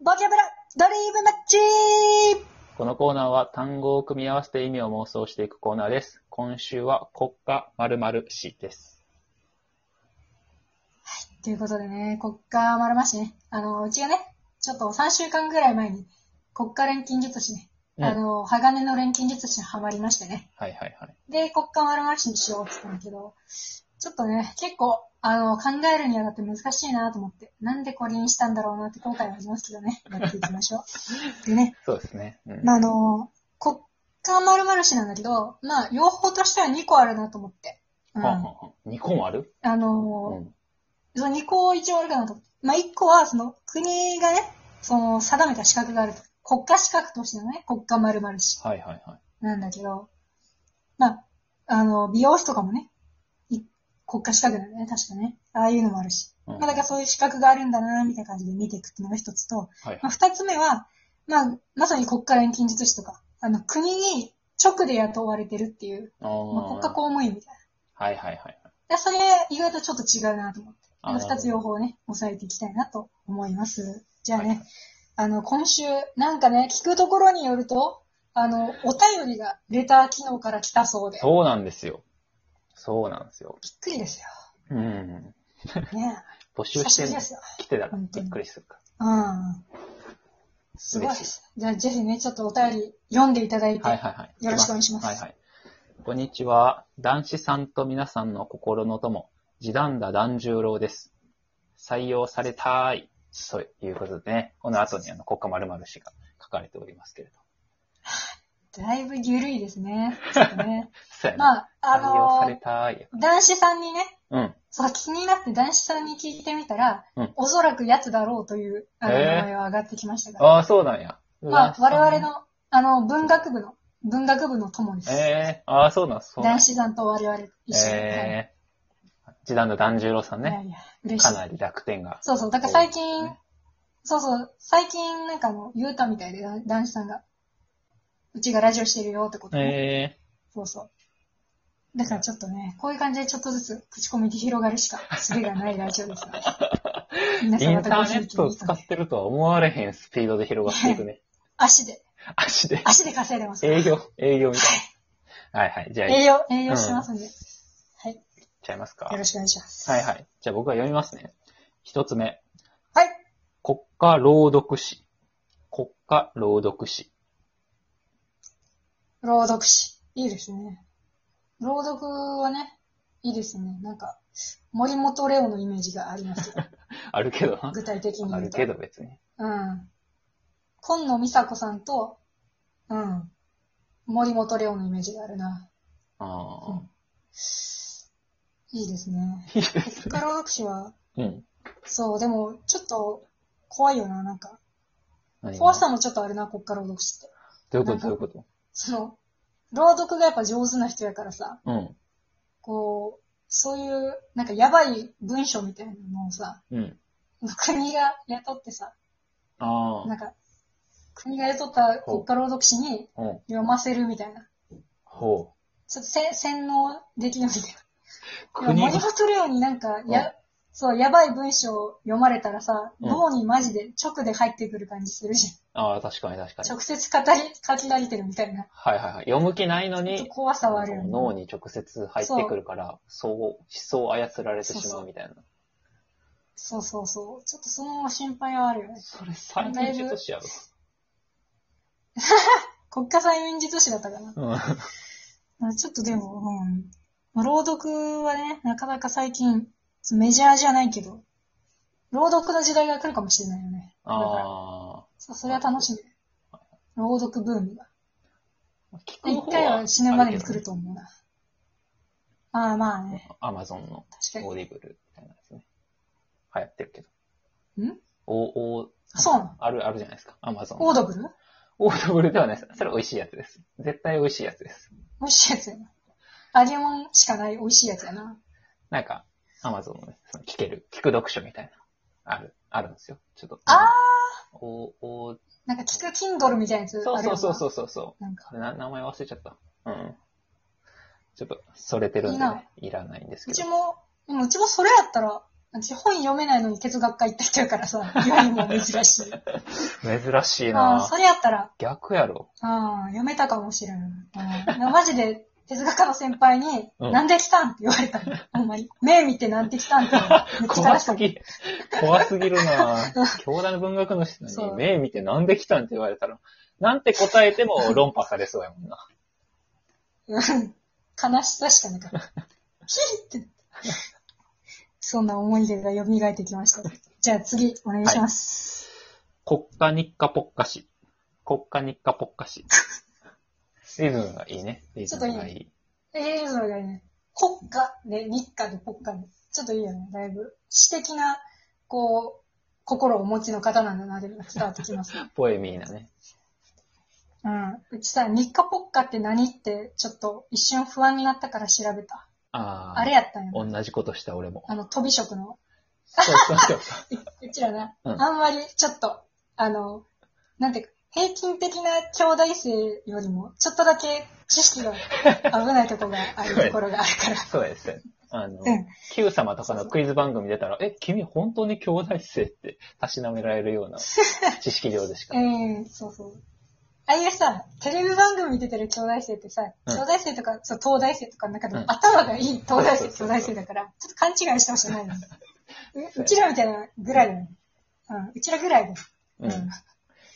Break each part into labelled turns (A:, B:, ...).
A: ボキャブラドリームマッチ
B: このコーナーは単語を組み合わせて意味を妄想していくコーナーです。今週は国家〇〇市です。
A: ということでね、国家丸ましね、あの、うちがね、ちょっと3週間ぐらい前に、国家錬金術師ね、
B: うん
A: あの、鋼の錬金術師にハマりましてね。
B: はいはいはい。
A: で、国家丸ましにしようって言ったんだけど、ちょっとね、結構、あの、考えるにあたって難しいなと思って、なんでこれにしたんだろうなって後悔はありますけどね、やっていきましょ う。でね、
B: そうですね。うん
A: まあ、あの、国家丸々市なんだけど、まあ、用法としては2個あるなと思って。うん。
B: はんはんはん二個もある
A: あ
B: う
A: の、
B: ん。
A: その2個一応あるかなと思って。まあ、1個は、その、国がね、その、定めた資格があると。国家資格としてのね、国家丸々市
B: はいはいはい。
A: なんだけど、まあ、あの、美容師とかもね、い国家資格だよね、確かね。ああいうのもあるし。
B: うん
A: まあ、だからそういう資格があるんだな、みたいな感じで見ていくっていうのが一つと、
B: はい
A: まあ、二つ目は、まあ、まさに国家錬金術師とか、あの、国に直で雇われてるっていう、
B: あ
A: まあ、
B: ー
A: 国家公務員みたい
B: はいはいはい。
A: な。でそれ、意外とちょっと違うなと思って。
B: あ
A: なんか二つ
B: なる
A: 両
B: ほ
A: 方をね、抑えていきたいなと思います。じゃあね、
B: はいはい
A: あの、今週、なんかね、聞くところによると、あの、お便りがレター機能から来たそうで、びっ
B: そうなんですよ。そうなんですよ。
A: くりです
B: うん。
A: よ。 ね
B: 募集
A: 久
B: し
A: してぶりですよ。
B: 来てたら
A: 本当
B: び
A: に
B: っくりするか
A: うん。すごいで
B: 嬉し
A: す。じゃあぜひね、ちょっとお便り読んでいただいて、
B: ら。はいはいはい。
A: よろしくお願いします
B: はいはい。こんにちは。男子さんと皆さんの心の友、時短だ團十郎です。採用されたーい。ということでね、この後にあの国家〇〇氏が書かれておりますけれど。
A: だいぶ緩いです ね。ちょっとね。
B: そうやね。
A: まあ、あ
B: 採用さ
A: の
B: れたーい。
A: 男子さんにね、
B: うん。
A: そう気になって男子さんに聞いてみたら、
B: うん
A: おそらくやつだろうというあの
B: へえ
A: 名前は上がってきましたが、
B: ああ、そうなんや。
A: まあ、
B: 噂
A: 我々。の、あの、文学部の、文学部の友です。
B: ええああ、そうなん、そうなん
A: 男。子さんと我々一緒に。はい
B: ええ時短だ團十郎さん
A: いや
B: ね。
A: いや、嬉し
B: か
A: い。
B: なり楽天が。
A: そうそう、だから最
B: 多い
A: 近、
B: ですね
A: そうそう、最近なんかもう言うたみたいで、だ男子さんが、うちがラジオしてるよってことね。
B: ええ
A: そうそう。だからちょっとね、こういう感じでちょっとずつ口コミで広がるしか術がないラジオ ですね。皆
B: イ
A: さん
B: ン
A: また
B: タ
A: ご
B: ーネ
A: ひい
B: ッ
A: き
B: ト
A: に
B: を使ってるとは思われへんスピードで広がっていくね。
A: 足で、
B: 足で。
A: 足で稼いでます。
B: 営業、営業みたいな。はいはい。じゃあ、いっ
A: 栄養、栄養してますんで。はい。よ
B: ちゃいますか。
A: ろしくお願いします。
B: はいはい。じゃあ僕が読みますね。一つ目。
A: はい。
B: 国家朗読詩。国家朗読詩。
A: 朗読詩。いいですね。朗読はね、いいですね。なんか、森本レオのイメージがありますけど、
B: あるけどな。
A: 具体的に言
B: あ
A: う
B: る
A: と。
B: けど別に。
A: うん。今野美沙子さんと、うん。森本レオのイメージがあるな。
B: あ
A: いいですね。
B: あ。いいです
A: 国家
B: ね。
A: 朗読詩は、
B: うん。
A: そう、でも、ちょっと、怖いよな、なんか。
B: 何
A: 怖さもちょっとあるな、国家朗読詩って。
B: どういうことどういうこと
A: その、朗読がやっぱ上手な人やからさ、
B: うん。
A: こう、そういう、なんかやばい文章みたいなのをさ、
B: うん。
A: 国が雇ってさ、
B: あ
A: なんか、国が雇った国家朗読詩に
B: あ。うん。
A: 読ませるみたいな。
B: ほう。
A: ちょっとせ洗脳できるみたいな。
B: 国
A: 森
B: が、
A: 本レオになんか、
B: うん
A: や、そう、やばい文章を読まれたらさ、
B: うん
A: 脳にマジで直で入ってくる感じするじゃん。
B: ああ、確かに確かに。
A: 直接語り、書き慣れてるみたいな。
B: はいはいはい。読む気ないの
A: ちょっと
B: に、
A: 怖さはあるよね。
B: 脳に直接入ってくるから、そう、思想を操られてしまうみたいな。
A: そうそうそう。ちょっとその心配はあるよね。
B: それ催眠術師やろ。
A: 国家催眠術師だったかな。
B: うん。
A: まあちょっとでも、うん。まあ朗読はね、なかなか最近、メジャーじゃないけど、朗読の時代が来るかもしれないよね。だから
B: あ
A: そうそれは楽しみ。朗読ブームが。
B: あ。聞く
A: 一
B: 方
A: 回は死ぬまでに来
B: あ
A: る
B: け
A: と思うな。まあまあね、
B: ど。アマゾンの
A: 確か
B: オーディブルみたいなやつね。流行ってるけど。
A: に。ん
B: お、お、
A: そうなの
B: ある、あるじゃないですか。アマゾン。
A: オードブル
B: オードブルではないです。それ美味しいやつです。絶対美味しいやつです。
A: 美味しいやつやな。ありもんしかない美味しいやつやな。
B: なんか、アマゾンのね、その聞ける、聞く読書みたいな、ある、あるんですよ。ちょっと。
A: あ
B: お、お、
A: なんか聞く Kindle みたいなやつ
B: そう
A: あるよ
B: そう
A: な
B: そうそうそうそう。
A: なんか、
B: あれな名前忘れちゃった。うん。ちょっと、それてるんで、ね、いらないんです
A: う
B: け
A: ち
B: ど。
A: も、でもうちもそれやったら、私本読めないのに哲学科行った人やから さ、言わんも珍しい。
B: 珍しい
A: ああ、
B: な
A: それやったら、
B: 逆やろ。
A: ああ、読めたかもしれん。うん、マジで、哲学科の先輩に、
B: うん
A: なんで来たんって言われたの。ほんまに。目見てなんで来たんって。めっちゃ
B: 怖
A: 話し
B: す
A: た。
B: ぎ、怖すぎ るな京大の文学の人
A: そ
B: に
A: う
B: 目見てなんで来たんって言われたら、なんて答えて も論破されそうやもんな。
A: うん悲しさしかなかった。ヒーって。そんな思い出が蘇ってきました。じゃあ次、お願いします。
B: 国家日課ぽっかし。国家日課ぽっかし。リズムがいいね。リズムがいい。
A: ええー、それがね、国家で、日課で国家で、ちょっといいよね、だいぶ。詩的な、こう、心をお持ちの方なんだな、でも伝わってき ます。
B: ポエミーなね。
A: うん。うちさ、日課ポッカって何って、ちょっと一瞬不安になったから調べた。
B: ああ。
A: あれやったんや。
B: 同じことした俺も。
A: あの、飛び職の。
B: そうそうそうそう。
A: うちらな、
B: うん
A: あんまりちょっと、あの、なんていうか、平均的な兄弟生よりも、ちょっとだけ知識が危ないとこがあるところがあるから。
B: そうですね。あの
A: うん、
B: Q 様とかのクイズ番組出たら、え、君本当に兄弟生ってたしなめられるよ うな知識量でしか。
A: ええそうそう。ああいうさ、テレビ番組出てる兄弟生ってさ、
B: うん
A: 兄弟生とか、そう、東大生とかの中でも、
B: うん
A: 頭がいい東大
B: そ
A: 生、
B: うそうそう
A: 東大生だから、ちょっと勘違いしてほしく ないの。ううちらみたいなぐらいだよね。うん、うちらぐらいだよ。
B: うん。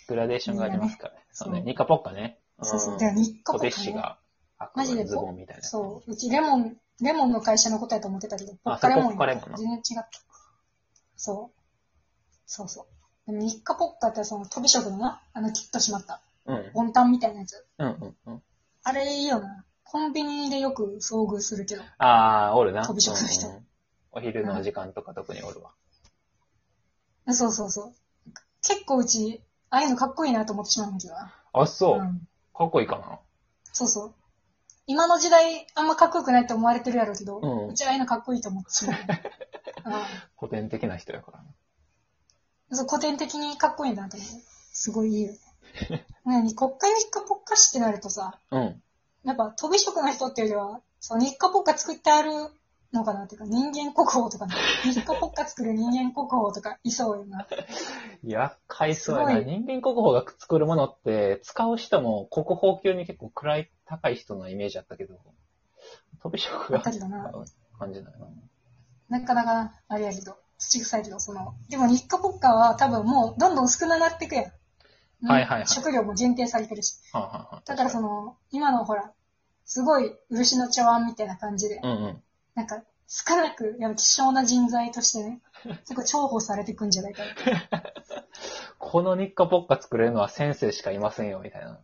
B: グラデーションがありますから。そうね。
A: そう
B: ニカポッカね。
A: そうそ
B: ん
A: う。でも、日課
B: 小
A: とか
B: 手
A: ね
B: 氏が赤のズボンみたいな。
A: そう。うちレモン、レモンの会社のことやと思ってたけど、ポ
B: あ
A: ッカレモン
B: そうポッカレモンな
A: 全然違った。そう。そうそう。でも日課ポッカってその飛び職のな、あの、キュッとしまった。
B: うん。うん
A: ボンタンみたいなやつ。
B: うんうん。
A: あれいいよな。コンビニでよく遭遇するけど。
B: ああ、おるな。
A: 飛び職の人
B: うんうんお昼の時間とか特におるわ。
A: そうそうそう。結構うち、ああいうのかっこいいなと思ってしまうんだけどな。
B: あ、そう。
A: ん。
B: かっこいいかな。
A: そうそう。今の時代、あんまかっこよくないって思われてるやろうけど、
B: うん
A: うちああいうのかっこいいと思って しまう。うん
B: 古典的な人やからな。
A: そう、古典的にかっこいいなと思う。すごいいいよね。 なに、国会の日課ぽっかしってなるとさ、
B: うん。
A: やっぱ飛び職の人っていうよりは、その日課ぽっか作ってあるのかなっていうか、人間国宝 とかね、日課ぽっか作る人間国宝とかいそうよな。
B: 厄介そうや
A: す
B: な。
A: ごい
B: 人間国宝が作るものって、使う人も国宝級に結構位高い人のイメージあったけど、飛び職が
A: だけどな。
B: 感じないな。
A: なかなか、あれやけど、土臭いけど、その、でも日課ポッカは多分もうどんどん少ななっていくやん。うん
B: はいはいはい
A: 食料も限定されてるし。
B: はんはんはん
A: だからその、今のほら、すごい漆の茶碗みたいな感じで、
B: うんうん。
A: なんか少なく、やっぱ希少な人材として ね、結構重宝されていくんじゃないかな。
B: この日課ポッカ作れるのは先生しかいませんよ、みたいな。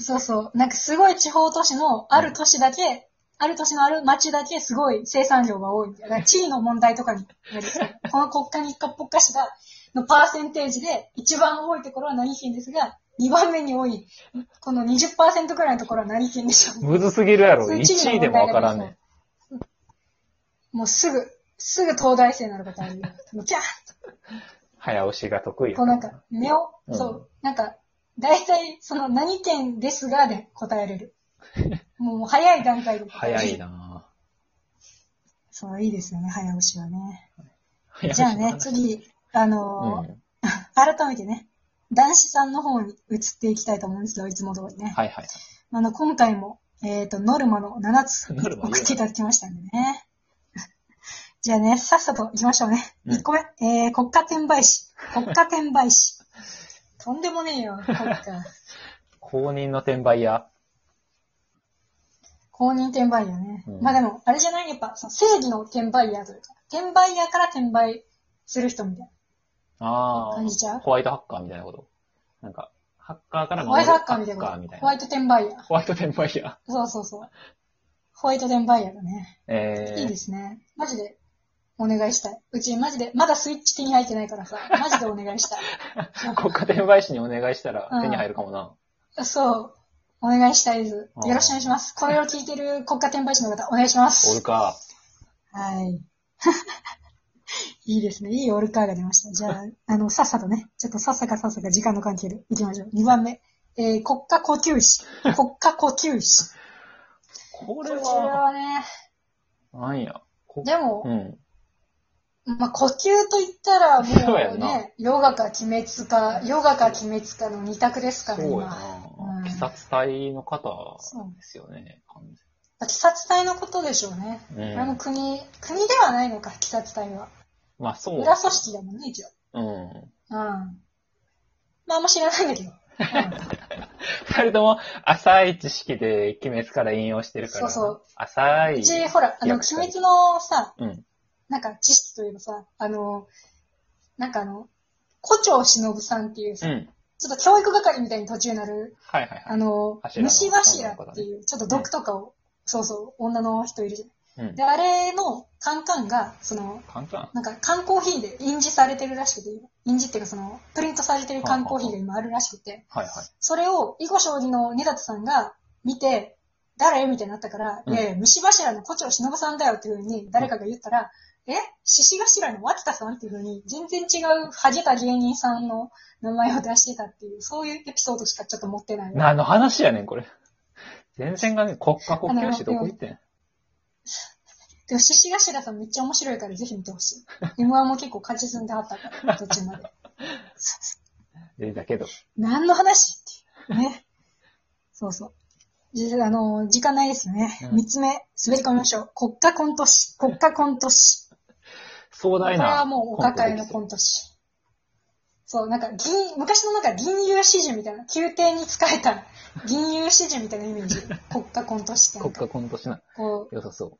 A: そうそう。なんかすごい地方都市のある都市だけ、ある都市のある町だけすごい生産量が多いみたいな。だから地位の問題とかになり そう。この国家に一っぽっかしが、のパーセンテージで一番多いところは何県ですが、2番目に多い、この20%くらいのところは何県でしょう。
B: むずすぎるやろ。
A: そういう
B: 1位でもわからんねん。
A: もうすぐ、すぐ東大生になることあるよ。もうキャー
B: 早押しが得意や
A: こうなんか、目を、
B: うん
A: そう、なんか、大体、その、何県ですがで答えれ る。もう、早い段階で答えれる。
B: 早いなぁ
A: そう、いいですよね、早押しはね。
B: 早押 し
A: じゃあ
B: の
A: ね、
B: 話
A: 次、あ
B: う
A: のー
B: ん。
A: 改めてね、男子さんの方に移っていきたいと思うんですよ、いつも通りね。
B: はいはい。
A: あの、今回も、えっ、と、ノルマの7つ
B: ノルマ言うな
A: 送っていただきましたんでね。 じゃあね、さっさと行きましょうね。
B: うん
A: 1個目、えー、国家転売師。国家転売師。 とんでもねえよ、国家。
B: 公認の転売屋。
A: 公認転売ヤーね。
B: うん
A: まあでも、あれじゃないやっぱ、その正義の転売ヤーというか、転売ヤーから転売する人みたい
B: あ
A: 感じちゃ
B: あ。
A: う
B: ホワイトハッカーみたいなこと。なんか、ハッカーから
A: な。
B: 守る
A: ホワイトハッカーみたい
B: ハ
A: な
B: ッカーみ
A: こと。
B: たい
A: ホワ
B: な
A: イト転売ヤー。
B: ホワイト転売屋。
A: そうそうそう。ホワイト転売ヤーだね。
B: え。
A: いいですすね。マジで、お願いしたい。うち、マジで、まだスイッチ手に入ってないからさ、マジでお願いした
B: 国家転売師にお願いしたら
A: うん
B: 手に入るかもな。
A: い。 そう。お願いしたいです。よ
B: あー
A: ろしくお願いします。これを聞いてる国家転売師の方、お願いしま
B: おる
A: す。
B: か。
A: はい。 いいですね。いいオルカーが出ました。 じゃあ、あの、さっさとね、ちょっとさっさかさっさか時間の関係で行きましょう。2番目。えー、国家呼吸 士。国家呼吸士。
B: こ
A: こ
B: れ
A: れ
B: は、
A: はね、
B: なんや。こ
A: でも、
B: うん。
A: まあ、呼吸と言ったら、
B: そう
A: も
B: や
A: うん
B: な
A: ね、ヨガか鬼滅か、ヨガか鬼滅かの二択ですから、
B: そうや
A: 今。
B: な、
A: うん
B: 鬼殺隊の方
A: そう
B: ですよね、完
A: 鬼殺隊のことでしょうね。
B: 全に
A: あ
B: う
A: の
B: ん。
A: 国、国ではないのか、鬼殺隊は。
B: まあそう。
A: 裏組織だもんね、一応。
B: うん。
A: うん。まあ、あんま知らないんだけど。
B: 二人とも浅い知識で鬼滅から引用してるから。
A: そうそう
B: 浅
A: うん、
B: い。
A: うち、ほら、あの、
B: やっ
A: 鬼
B: ぱり
A: 滅のさ、
B: うん。
A: なんか知識といえばさ、あの、なんかあの、古町忍さんっていう
B: う
A: さ、
B: ん。
A: ちょっと教育係みたいに途中になる、
B: はいはいは
A: あの、
B: 柱の
A: 虫柱っていう、ちょっと毒とかを、そうそう、女の人いるじゃん。
B: い。うん
A: で、。あれのカンカンが、その、
B: 簡単。
A: なんか缶コーヒーで印字されてるらしくて、印字っていうかその、プリントされてる缶コーヒーが今あるらしくて、
B: はいはい。
A: それを囲碁将棋の根立さんが見て、誰みたいになったから、
B: うん
A: いやいや虫柱の胡蝶忍さんだよっていうふうに誰かが言ったら、え獅子頭の脇田さんっていうふうに、全然違うハゲた芸人さんの名前を出してたっていう、そういうエピソードしかちょっと持ってない。
B: 何の話やねん、これ。前線がね、国家国教師どこ行ってん
A: でも、獅子頭さんめっちゃ面白いからぜひ見てほしい。M1 も結構勝ち進んではったから、途中まで。
B: でだけど。
A: 何の話っていうね。そうそう。じあの、時間ないですね。
B: うん
A: 三、つ目、滑り込みましょう。国家コント師、国家コント師。
B: 壮
A: これ
B: 大な。
A: はもうお抱えのコント師。そう、なんか、銀、昔のなんか銀融指示みたいな、宮廷に仕えた銀融指示みたいなイメージ。国家コント師ってな
B: 国
A: んか、
B: 家コント師な。
A: こう、
B: 良さそ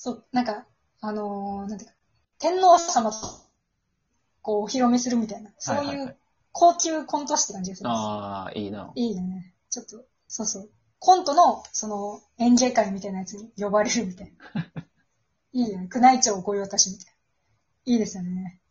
A: そう、なんか、あのーなんていうか、天皇様と、こう、お披露目するみたいな、そう
B: はいはい
A: い
B: は
A: う高級コント師って感じがす
B: う。
A: るんです。
B: ああ、いいな。
A: いいね。ちょっと、そうそう。コントの、その、演芸会みたいなやつに 呼ばれるみたいな。いいね。宮内庁御用達みたいな。いいですよね。